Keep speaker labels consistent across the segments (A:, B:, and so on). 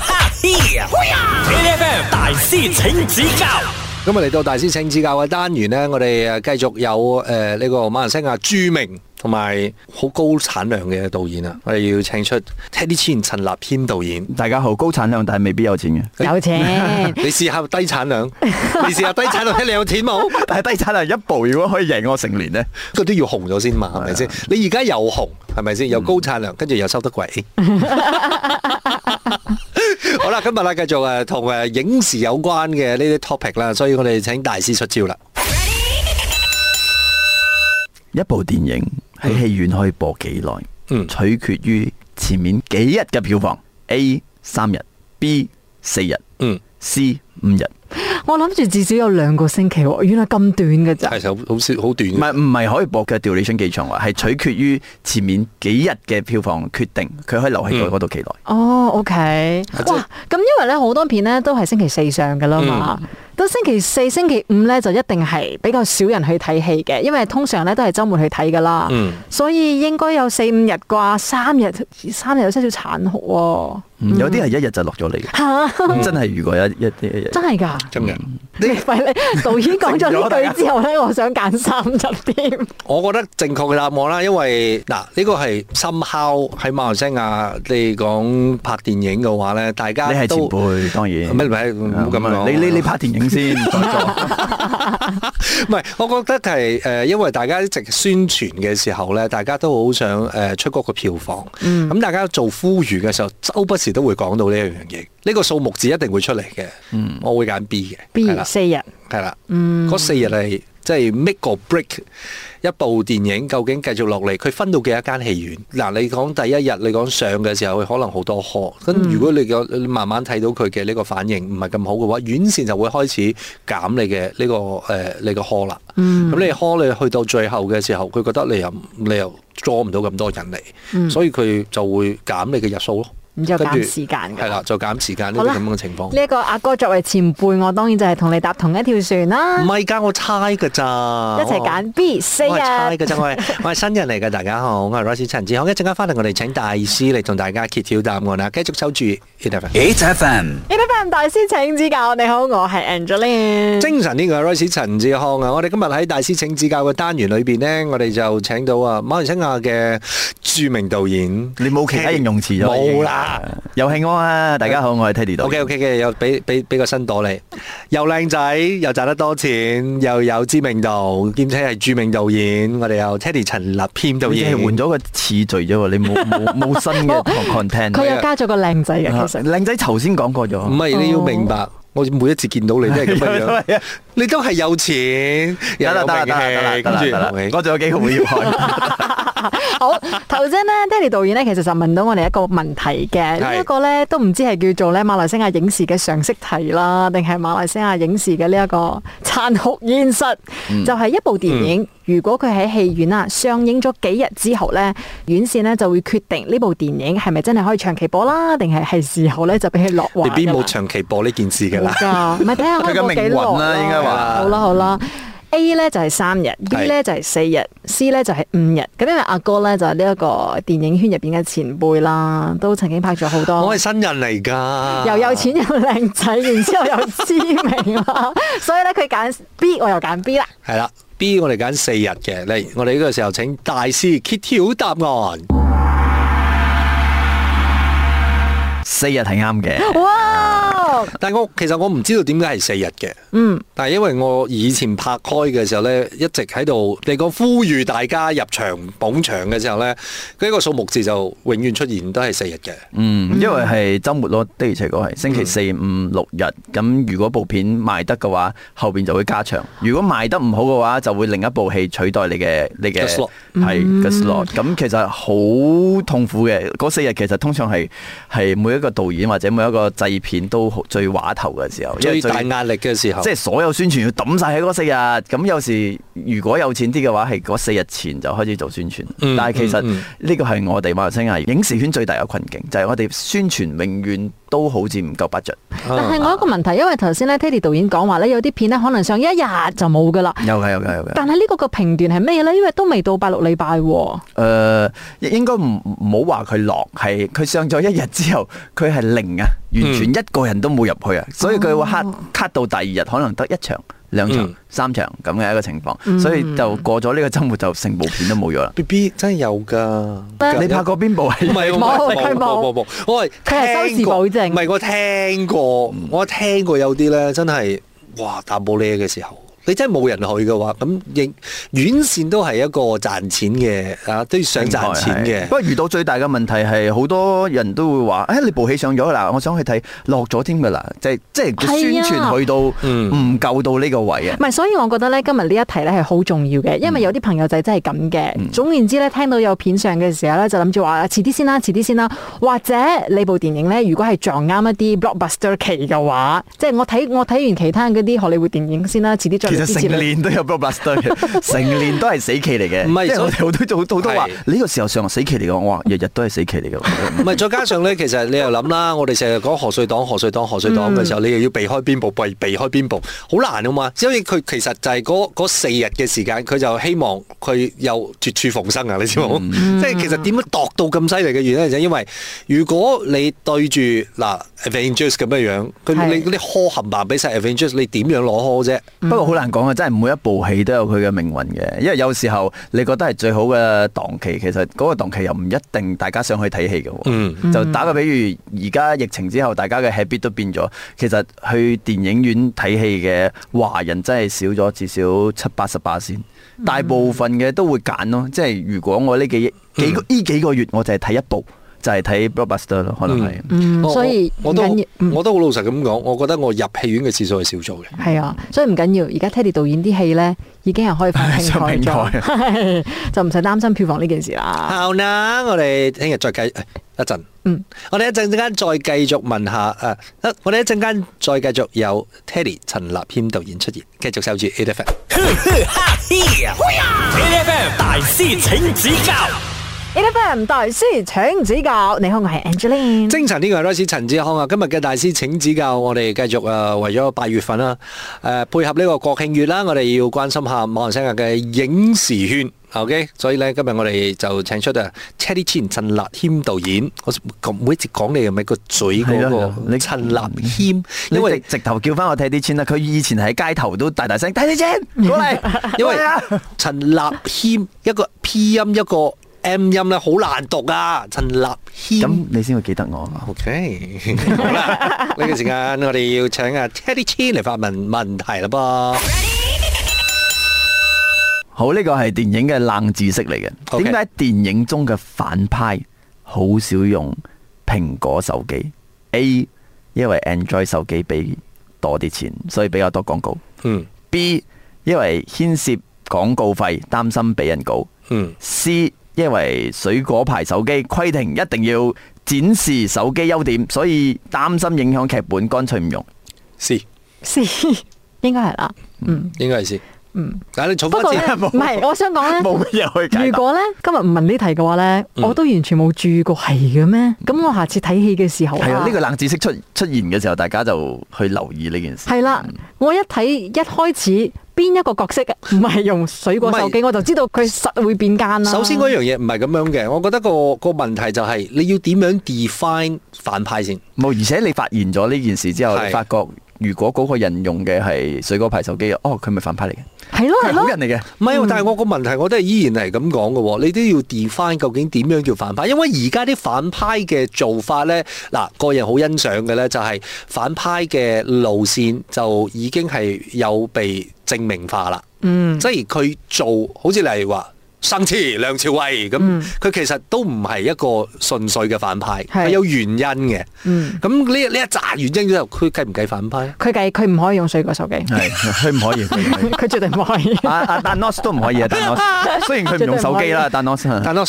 A: 哈 FM 大師請指教
B: 咁啊，嚟到大師請指教嘅單元呢，我哋誒繼續有呃誒呢、個馬來西亞著名同埋好高產量嘅導演啊，我哋要請出 Teddy 千陳立軒 導演。
C: 大家好，高產量但係未必有錢嘅，
D: 有錢
B: 你試下低 產量，你試下低產量睇你有錢冇？
C: 但係低產量一步如果可以贏我成年咧，
B: 佢都要紅咗先嘛，
C: 啊
B: 係咪先？你而家又紅，係咪先？又高產量，跟住又收 得貴。好啦，今日啦，繼續誒同誒影視有關嘅呢啲 topic 啦，所以我哋請大師出招啦。
C: 一部電影喺戲院可以播幾耐，
B: 嗯
C: 取決於前面幾日嘅票房。A 三日，B 四日
B: 嗯，
C: ，C 五日，
D: 我諗住至少有兩個星期喎，原來咁短嘅咋。
B: 係好好少好短
C: 唔
B: 嘅。
C: 係唔係可以播嘅 duration 幾長啊，係取決於前面幾日嘅票房決定，佢可以留喺嗰嗰度幾耐。
D: 哦，OK，
B: 即係
D: 哇，咁因為咧好多片咧都係星期四上噶啦嘛，到星期四、星期五咧就一定係比較少人去睇戲嘅，因為通常咧都係周末去睇噶啦，
B: 嗯
D: 所以應該有四五日啩，三日三日有些少殘酷喎、
C: 嗯有啲係一日就落咗嚟嘅，真係如果一一一一日。
D: 真係㗎。
B: 真嘅。
D: 你喂你導演講咗呢句之後咧，我想揀三日添。
B: 我覺得正確嘅答案啦，因為嗱呢個係深烤喺馬來西亞，你講拍電影嘅話咧，大家
C: 你係前
B: 都
C: 輩，當然。
B: 唔係唔係唔好咁講
C: 你你你拍電影先，再講。
B: 唔係，我覺得係誒、呃因為大家一直宣傳嘅時候咧，大家都好想誒、呃出嗰個票房。咁、
C: 嗯
B: 大家做呼籲嘅時候，周不時都會講到呢一樣嘢。呢、個數目字一定會出嚟嘅。
C: 嗯
B: 我會揀 B 嘅。
D: B
B: 係啦
D: 四日，
B: 係啦，
D: 嗯
B: 嗰四日係即係 make or break 一部電影究竟繼續落嚟，佢分到幾多間戲院？嗱，你講第一日你講上嘅時候，佢可能好多殼。
D: 嗯
B: 咁如果你個你慢慢睇到佢嘅呢個反應唔係咁好嘅話，院線就會開始減你嘅呢、個誒、呃你個殼啦。咁、
D: 嗯
B: 你殼你去到最後嘅時候，佢覺得你又你又 draw 唔到咁多人嚟，所以佢就會減你嘅日數咯。
D: 唔嗯就
B: 跟
D: 揀
B: 住
D: 時間㗎
B: 係。啦，就減時間呢
D: 好
B: 啲
D: 啦
B: 咁嘅情況。
D: 呢一個阿哥作為前輩，我當然就係同你搭同一條船
B: 唔
D: 啦，
B: 係㗎，我猜㗎咋。
D: 一齊
B: 我
D: 揀 B 四
B: 我係猜
D: 日。
B: 嘅啫，我係我係新人嚟嘅。大家好，我係 Rosie 陳志康。一陣間翻嚟，我哋請大師嚟同大家揭曉答案啦。繼續守住 e l e v e
E: HFM,
D: A F M 大師請指教，你好，我係 Angeline。
B: 精神呢個係 Rosie 陳志康啊！我哋今日喺大師請指教嘅單元裏邊呢，我哋就請到啊馬來西亞嘅著名導演。
C: 你冇其他形容詞咗？
B: 冇啦。
C: 又係我啊！大家好，我係 Teddy 度。
B: OK OK 嘅，又俾俾俾個新朵你，又靚仔，又賺得多錢，又有知名度，兼且係著名導演。我哋有 Teddy 陳立謙導
C: 你
B: 演，
C: 係換咗個次序啫喎，你冇冇冇新 嘅 content。
D: 佢又加咗個靚仔
C: 啊
D: 嘅，其實
C: 靚仔頭先講過
B: 唔
C: 咗，
B: 係，你要明
D: 哦
B: 白，我每一次見到你都係咁
C: 哦係
B: 嘅
C: 啊係
B: 樣
C: 啊，
B: 你都係有錢，又
C: 得啦
B: 有
C: 得啦得啦得啦
B: 名氣，
C: 得啦得啦
B: 跟，住
C: 我仲有幾個會要 開。
D: 好。頭先呢 d a d d y 導演呢，其實就問到我哋一個問題嘅，呢一個呢，都唔知係叫做咧馬來西亞影視嘅常識題啦，定係馬來西亞影視嘅呢一個殘酷現實，就係一部電影。如果佢喺戲院啊上映咗幾日之後呢，院線呢就會決定呢部電影係咪真係可以長期播啦，定係係時候呢就俾佢落
B: 你
D: 畫㗎啦
B: 邊冇長期播呢件事㗎啦？
D: 噶，唔係睇下開播
C: 佢
D: 幾耐
C: 嘅命運啦應該話
D: 好啦好啦。A 咧就係三日，B
B: 係
D: 咧就係四日，C 咧就係五日。咁因為阿哥咧就係呢一個電影圈入邊嘅前輩啦，都曾經拍咗好多
B: 我
C: 啊
B: 係，新人嚟㗎，
D: 又有錢又靚仔，然之後又知 名啦。所以咧佢揀 B，我又揀 B 啦。
B: 係啦。B 我哋揀四日嘅，嚟我哋呢個時候請大師揭曉答案。
C: 四日係啱嘅，
D: 哇！
B: 但我其實我唔知道點解係四日嘅，
D: 嗯，
B: 但係因為我以前拍開嘅時候呢，一直喺度你講呼籲大家入場捧場嘅時候呢，佢一個數目字就永遠出現都係四日嘅。
C: 嗯，因為係週末咯，的而且確係星
B: 嗯
C: 期四、五、六日。咁如果部片賣得嘅話，後邊就會加長；如果賣得唔好嘅話，就會另一部戲取代你嘅你嘅
B: The slot 嗯
C: 係個 slot。咁其實好痛苦嘅，嗰四日其實通常係係每一個導演或者每一個製片都好最話頭嘅時候，因為
B: 最大壓力嘅時候，
C: 即係所有宣傳要抌晒喺嗰四日，咁有時如果有錢啲嘅話，係嗰四日前就開始做宣傳。
B: 嗯
C: 但係其實
B: 嗯
C: 呢個係我哋馬來西亞影視圈最大嘅困境，就係、我哋宣傳永遠都好似唔夠 budget。
D: 但
B: 嗯
D: 係我有一個問題，因為頭先咧 Teddy 導演講話咧，有啲片咧可能上一日就冇噶啦。
C: 有嘅有嘅有嘅。
D: 但係呢個個評斷係咩咧？因為都未到八六禮
C: 誒、
D: 拜喎。
C: 應呃應該唔唔好話佢落，係佢上咗一日之後，佢係零啊，完全一個人都冇入去啊，所以佢會卡卡到第二日，可能得一場、兩場、
B: 嗯
C: 三場咁嘅一個情況，所以就過咗呢個週末就成部片都冇咗啦。
B: B B 真係有㗎，
C: 你拍過邊部啊
B: 唔？係我
D: 冇
B: 冇
D: 佢冇
B: 冇冇，我係
D: 佢係收視
B: 聽過
D: 保證嗯
B: 唔係我聽過，我聽過有啲咧真係哇搭冇呢嘅時候。你真係冇人去嘅話，咁影院線都係一個賺錢嘅啊，都要想賺錢
C: 不
B: 嘅。
C: 過遇到最大嘅問題係好多人都會話：，誒、哎你部戲上咗啦，我想去睇，落咗添㗎啦，即係即係宣
D: 係啊
C: 傳去到
B: 嗯
C: 唔夠到呢個位啊
D: 唔。係，所以我覺得咧，今日呢一題咧係好重要嘅，因為有啲朋友仔真係咁嘅。
C: 嗯
D: 總言之咧，聽到有片上嘅時候咧，就諗住話啊遲啲先啦，遲啲先啦。或者你部電影咧，如果係撞啱一啲 blockbuster 期嘅話，即係我睇我睇完其他嗰啲荷里活電影先啦，遲啲再
C: 其
D: 嚟之
C: 實
D: 前
C: 成年都有 blockbuster 嘅，成年都係死期嚟嘅。
B: 唔係
C: 因為我哋好多好多好多話
B: 係
C: 呢個時候上死期嚟嘅，我話日日都係死期嚟嘅。
B: 唔係，再加上咧，其實你又諗啦，我哋成日講賀歲檔、賀歲檔、賀歲檔嘅時候，你又要避開邊部，避避開邊部，好難啊嘛。所以佢其實就係嗰嗰四日嘅時間，佢就希望佢有絕處逢生啊！你知冇？即係其實點樣度到咁犀利嘅原因就係因為，如果你對住嗱 Avengers 咁樣樣，佢
D: 係
B: 你你呵冚唪唥俾晒 Avengers，你點樣攞呵啫？
D: 嗯
C: 不過好難講啊，真係每一部戲都有佢嘅命運嘅，因為有時候你覺得係最好嘅檔期，其實嗰個檔期又唔一定大家想去睇戲嘅喎。
B: 嗯
C: 就打個比喻，而家疫情之後，大家嘅 habit 都變咗，其實去電影院睇戲嘅華人真係少咗至少七八十八先，
D: 嗯
C: 大部分嘅都會揀咯。即係如果我呢幾
A: 嗯
C: 幾個呢幾個月我就係睇一部，就係睇 blockbuster 咯，可能係。
D: 嗯
B: 我
D: 所以
B: 我我
D: 唔
B: 都
D: 緊要嗯
B: 我都好老實咁講，我覺得我入戲院嘅次數係少咗嘅。
D: 係啊，所以唔緊要。而家 Teddy 導演啲戲咧已經係可 以放
C: 上
D: 平
C: 平
D: 台
C: 台
D: 咗， 就唔使擔心票房呢件 事啦。
B: 好啦，我哋聽日再繼哎一陣。
D: 嗯，
B: 我哋一陣間再繼續問下誒、啊我哋一陣間再繼續有 Teddy 陳立謙導演出現，繼續守住 A F M。
A: ！AFM 大師請指教
D: e l e p h a n 大師請指教，你好，我係 Angeline。
B: 精神呢個係 r i c 陳志康啊，今日嘅大師請指教，我哋繼續誒為咗八月份啦，誒、配合呢個國慶月啦，我哋要關心下馬來西亞嘅影視圈。OK，所以咧今日我哋就請出啊 à. Teddy Chin 陳立謙導演，我咁每一次講你係咪個嘴嗰、
C: 係咯係
B: 個
C: 咯你
B: 陳立謙，
C: 因
B: 因
C: 為
B: 為
C: 直頭叫翻我睇啲錢啦，啊佢以前喺街頭都大大聲睇啲 錢過嚟，
B: 因
C: 過
B: 為
C: 嚟啊
B: 陳立謙一個 P 音一個 M 音咧，好難讀啊！陳立謙。
C: 咁你先會記得我啊嘛。
B: OK，好啦，呢個時間我哋要請阿 Teddy Chin 嚟發問問題啦噃。
C: 好，呢個係電影嘅冷知識嚟嘅。
B: OK
C: 點解電影中嘅反派好少用蘋果手機？A，因為 Android 手機俾多啲錢，所以比較多廣告。
B: 嗯
C: B，因為牽涉廣告費，擔心俾人告。
B: 嗯
C: C，因為水果牌手機規定一定要展示手機優點，所以擔心影響劇本，乾脆唔用。
B: ，C
D: 是， 應該係啦。嗯，
B: 應該係 C。嗯，但係你重
D: 不
B: 複
D: 過
B: 一
D: 咧，
B: 次
D: 唔係，我想講咧。
C: 冇乜嘢去解
D: 如
C: 答。
D: 果咧今日唔問呢題嘅話咧，我都完全冇注意過係嘅咩？咁我下次睇戲嘅時候
C: 係啊，呢、個
D: 個
C: 冷知識出出現嘅時候，大家就去留意呢件事。
D: 係啦，我一睇一開始邊一個角色唔係用水果手機，
B: 唔
D: 我就知道佢實會變奸啦。
B: 首先嗰樣嘢唔係咁樣嘅，我覺得個個問題就係你要點樣 define 反派先。
C: 冇，而且你發現咗呢件事之後，
B: 係
C: 你發覺如果嗰個人用嘅係水果牌手機，哦，佢咪反派嚟嘅，
D: 係咯
C: 佢
D: 係
C: 係好
D: 咯，
C: 人嚟 嘅。
B: 唔
D: 嗯
B: 係，但係我個問題，我都係依然係咁講嘅喎。你都要 define 究竟點樣叫反派，因為而家啲反派嘅做法呢，嗱個人好欣賞嘅呢，就係反派嘅路線就已經係有被證明化啦。嗯，即係佢做好似例如話。生詞梁朝偉咁，佢、
D: 嗯
B: 其實都唔係一個純粹嘅反派，
D: 係
B: 佢有原因嘅。
D: 嗯
B: 咁呢呢一紮原因之後，佢計唔計反派？啊
D: 佢計佢唔可以用水果手機，
C: 係，佢唔可以佢唔可以。
D: 佢絕對唔可以。 嗯
C: 阿阿 Danos 都唔可以啊，Danos。雖然佢唔用手機啦，Danos。
B: 但我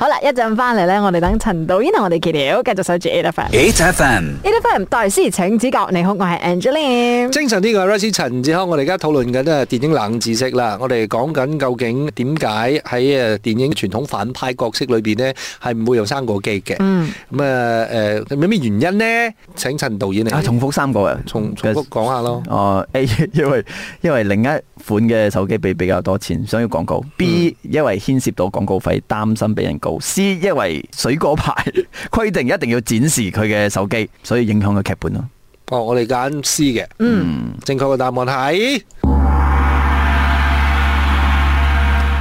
D: 好啦，一陣翻嚟咧，我哋等陳導演同我哋揭曉，繼續守住 A F M。
E: 8FM,
D: A F M 大師請指教，你好，我係 Angeline。
B: 精神呢個 r i s e 陳志康，我哋而家討論緊咧電影冷知識啦。我哋講緊究竟點解喺誒呃電影傳統反派角色裏邊咧係唔會用生果機嘅？
D: 嗯，
B: 咁啊誒有咩原因咧？請陳導演嚟、
C: 啊，重複三個啊，
B: 重重複講下咯。
C: 哦，A 因為因為另一款嘅手機俾比較多錢，想要廣告。B
B: 嗯
C: 因為牽涉到廣告費，擔心俾人告。C 因為水果牌 規定一定要展示佢嘅手機，所以影響個劇本咯。
B: 哦，我哋揀 C 嘅，嗯，正確嘅答案係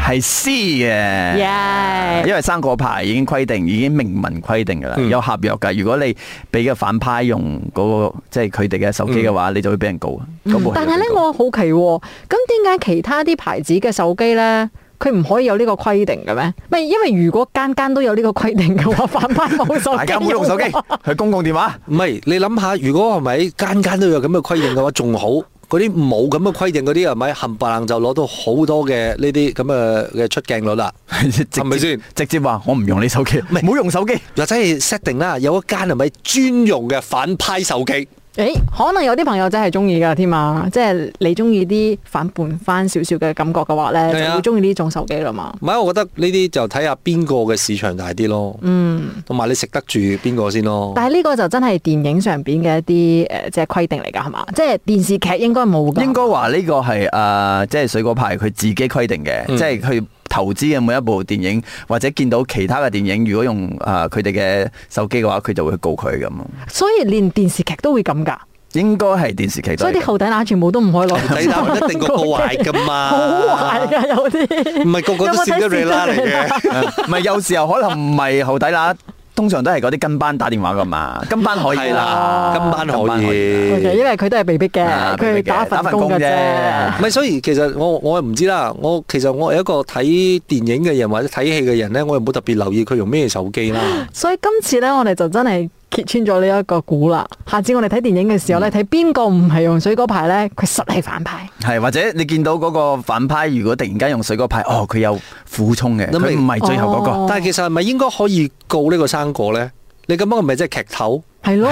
C: 係 C 嘅。
D: 耶！
C: 因為生果牌已經規定，已經明文規定㗎啦，
B: 嗯
C: 有合約㗎。如果你俾個反派用嗰、個即係佢哋嘅手機
B: 嗯
C: 嘅話，你就會俾人告。啊嗰部戲
D: 嗯但係
C: 就
D: 咧
C: 俾，人告
D: 我好奇喎，咁點解其他啲牌子嘅手機咧？佢唔可以有呢個規定嘅咩？咪因為如果間間都有呢個規定嘅 話，反派冇手機，
C: 大家唔好用手機，去公共電話。
B: 唔係？你諗下，如果係咪間間都有咁嘅規定嘅話，仲好。嗰啲冇咁嘅規定嗰啲係咪冚唪唥就攞到好多嘅呢啲咁嘅嘅出鏡率啦？
C: 係
B: 係咪先？
C: 直接話我唔用你手機，唔
B: 係
C: 好用手機。
B: 或者係 set 定啦，有一間係咪專用嘅反派手機？
D: 诶，可能有啲朋友真係中意噶添啊！即係你中意啲反叛翻少少嘅感覺嘅話咧，
B: 係啊
D: 就會中意呢種手機啦嘛。
B: 唔係，我覺得呢啲就睇下邊個嘅市場大啲咯，
D: 嗯，
B: 同埋你食得住邊個先
C: 哦
B: 咯。
D: 但係呢個就真係電影上边嘅一啲诶，即係規定嚟㗎，係嘛？即係電視劇應該冇㗎。
C: 應該話呢個係诶，呃即係水果牌佢自己規定嘅，
B: 嗯
C: 即係佢投資嘅每一部電影，或者見到其他嘅電影，如果用诶佢哋嘅手機嘅話，佢就會去告佢咁。
D: 所以連電視劇都會咁㗎。
C: 應該係電視劇都
D: 所
C: 係
D: 以啲
C: 咁。
D: 後底乸全部都唔可以攞。
B: 底打一定個個 壞噶嘛，
D: 好壞啊㗎，有啲
B: 唔係個個都
D: 有冇睇
B: Cinderella 嚟 嘅。
C: 唔係有時候可能唔係後底啦，通常都係嗰啲跟班打電話噶嘛，跟班可以
B: 係
C: 啦
B: 啦，，今晚可
D: 其實因
B: 以。
D: 為佢都係被逼嘅
C: 啊，被
D: 佢
C: 逼嘅
D: 打份工㗎
C: 打份
D: 啫
C: 工。
B: 唔係，所以其實我我唔知啦。我其實我係一個睇電影嘅人或者睇戲嘅人咧，我又冇特別留意佢用咩手機啦。
D: 所以今次咧，我哋就真係揭穿咗呢一個估啦。下次我哋睇電影嘅時候咧，睇邊個唔係用水果牌咧，佢實係反派。
C: 係或者你見到嗰個反派，如果突然間用水果牌，哦，佢有苦衷嘅，
B: 咁
C: 佢
B: 你
C: 唔係最後嗰個。
D: 哦
B: 但係其實係咪應該可以告呢個生果咧？你咁樣係咪即係劇透？
D: 係咯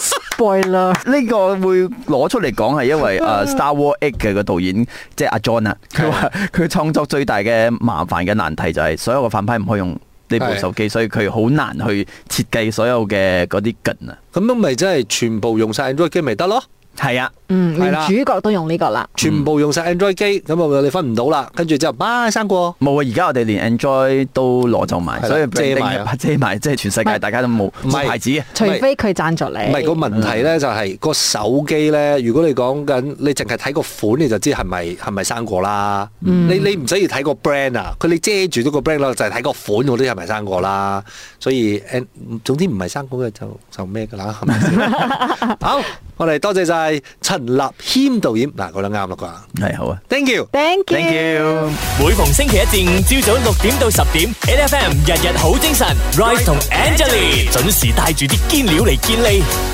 D: ，spoiler。
C: 呢個會攞出嚟講係因 為誒 Star War Eight 嘅個導演即係阿 John 啊，佢話佢創作最大嘅麻煩嘅難題就係所有嘅反派唔可以用呢部手機，所以佢好難去設計所有嘅嗰啲近啊。
B: 咁樣咪真係全部用晒 Android 機咪得咯？
C: 係啊，
D: 嗯，
B: 係
D: 連
B: 啦
D: 主角都用呢個啦。
B: 全部用晒 Android 機，咁啊你分唔到啦。跟住之後，拜生果。
C: 冇啊！而家我哋連 Android 都攞走埋，
B: 係啦
C: 所以
B: 遮埋啊
C: 遮埋，即係全世界大家都冇
B: 唔係
C: 冇牌子嘅。
D: 除非佢贊助
B: 唔係個啊
D: 你，
B: 問題咧，就係個手機咧。如果你講緊你淨係睇個款，你就知係咪係咪生果啦。你你唔使要睇個 brand 啊，佢你遮住咗個 brand 啦，就係睇個款嗰啲係咪生果啦。所以誒，總之唔係生果嘅就就咩㗎啦，係咪先好，我哋多謝晒陳立軒導演，嗱講得啱啦啩
C: 係好啊
B: ，thank you。
D: ，thank you。
C: ，thank you。
A: 每逢星期一至五朝早六點到十點，N F M 日日好精神，Rise 同 Angelie 準時帶住啲堅料嚟健利。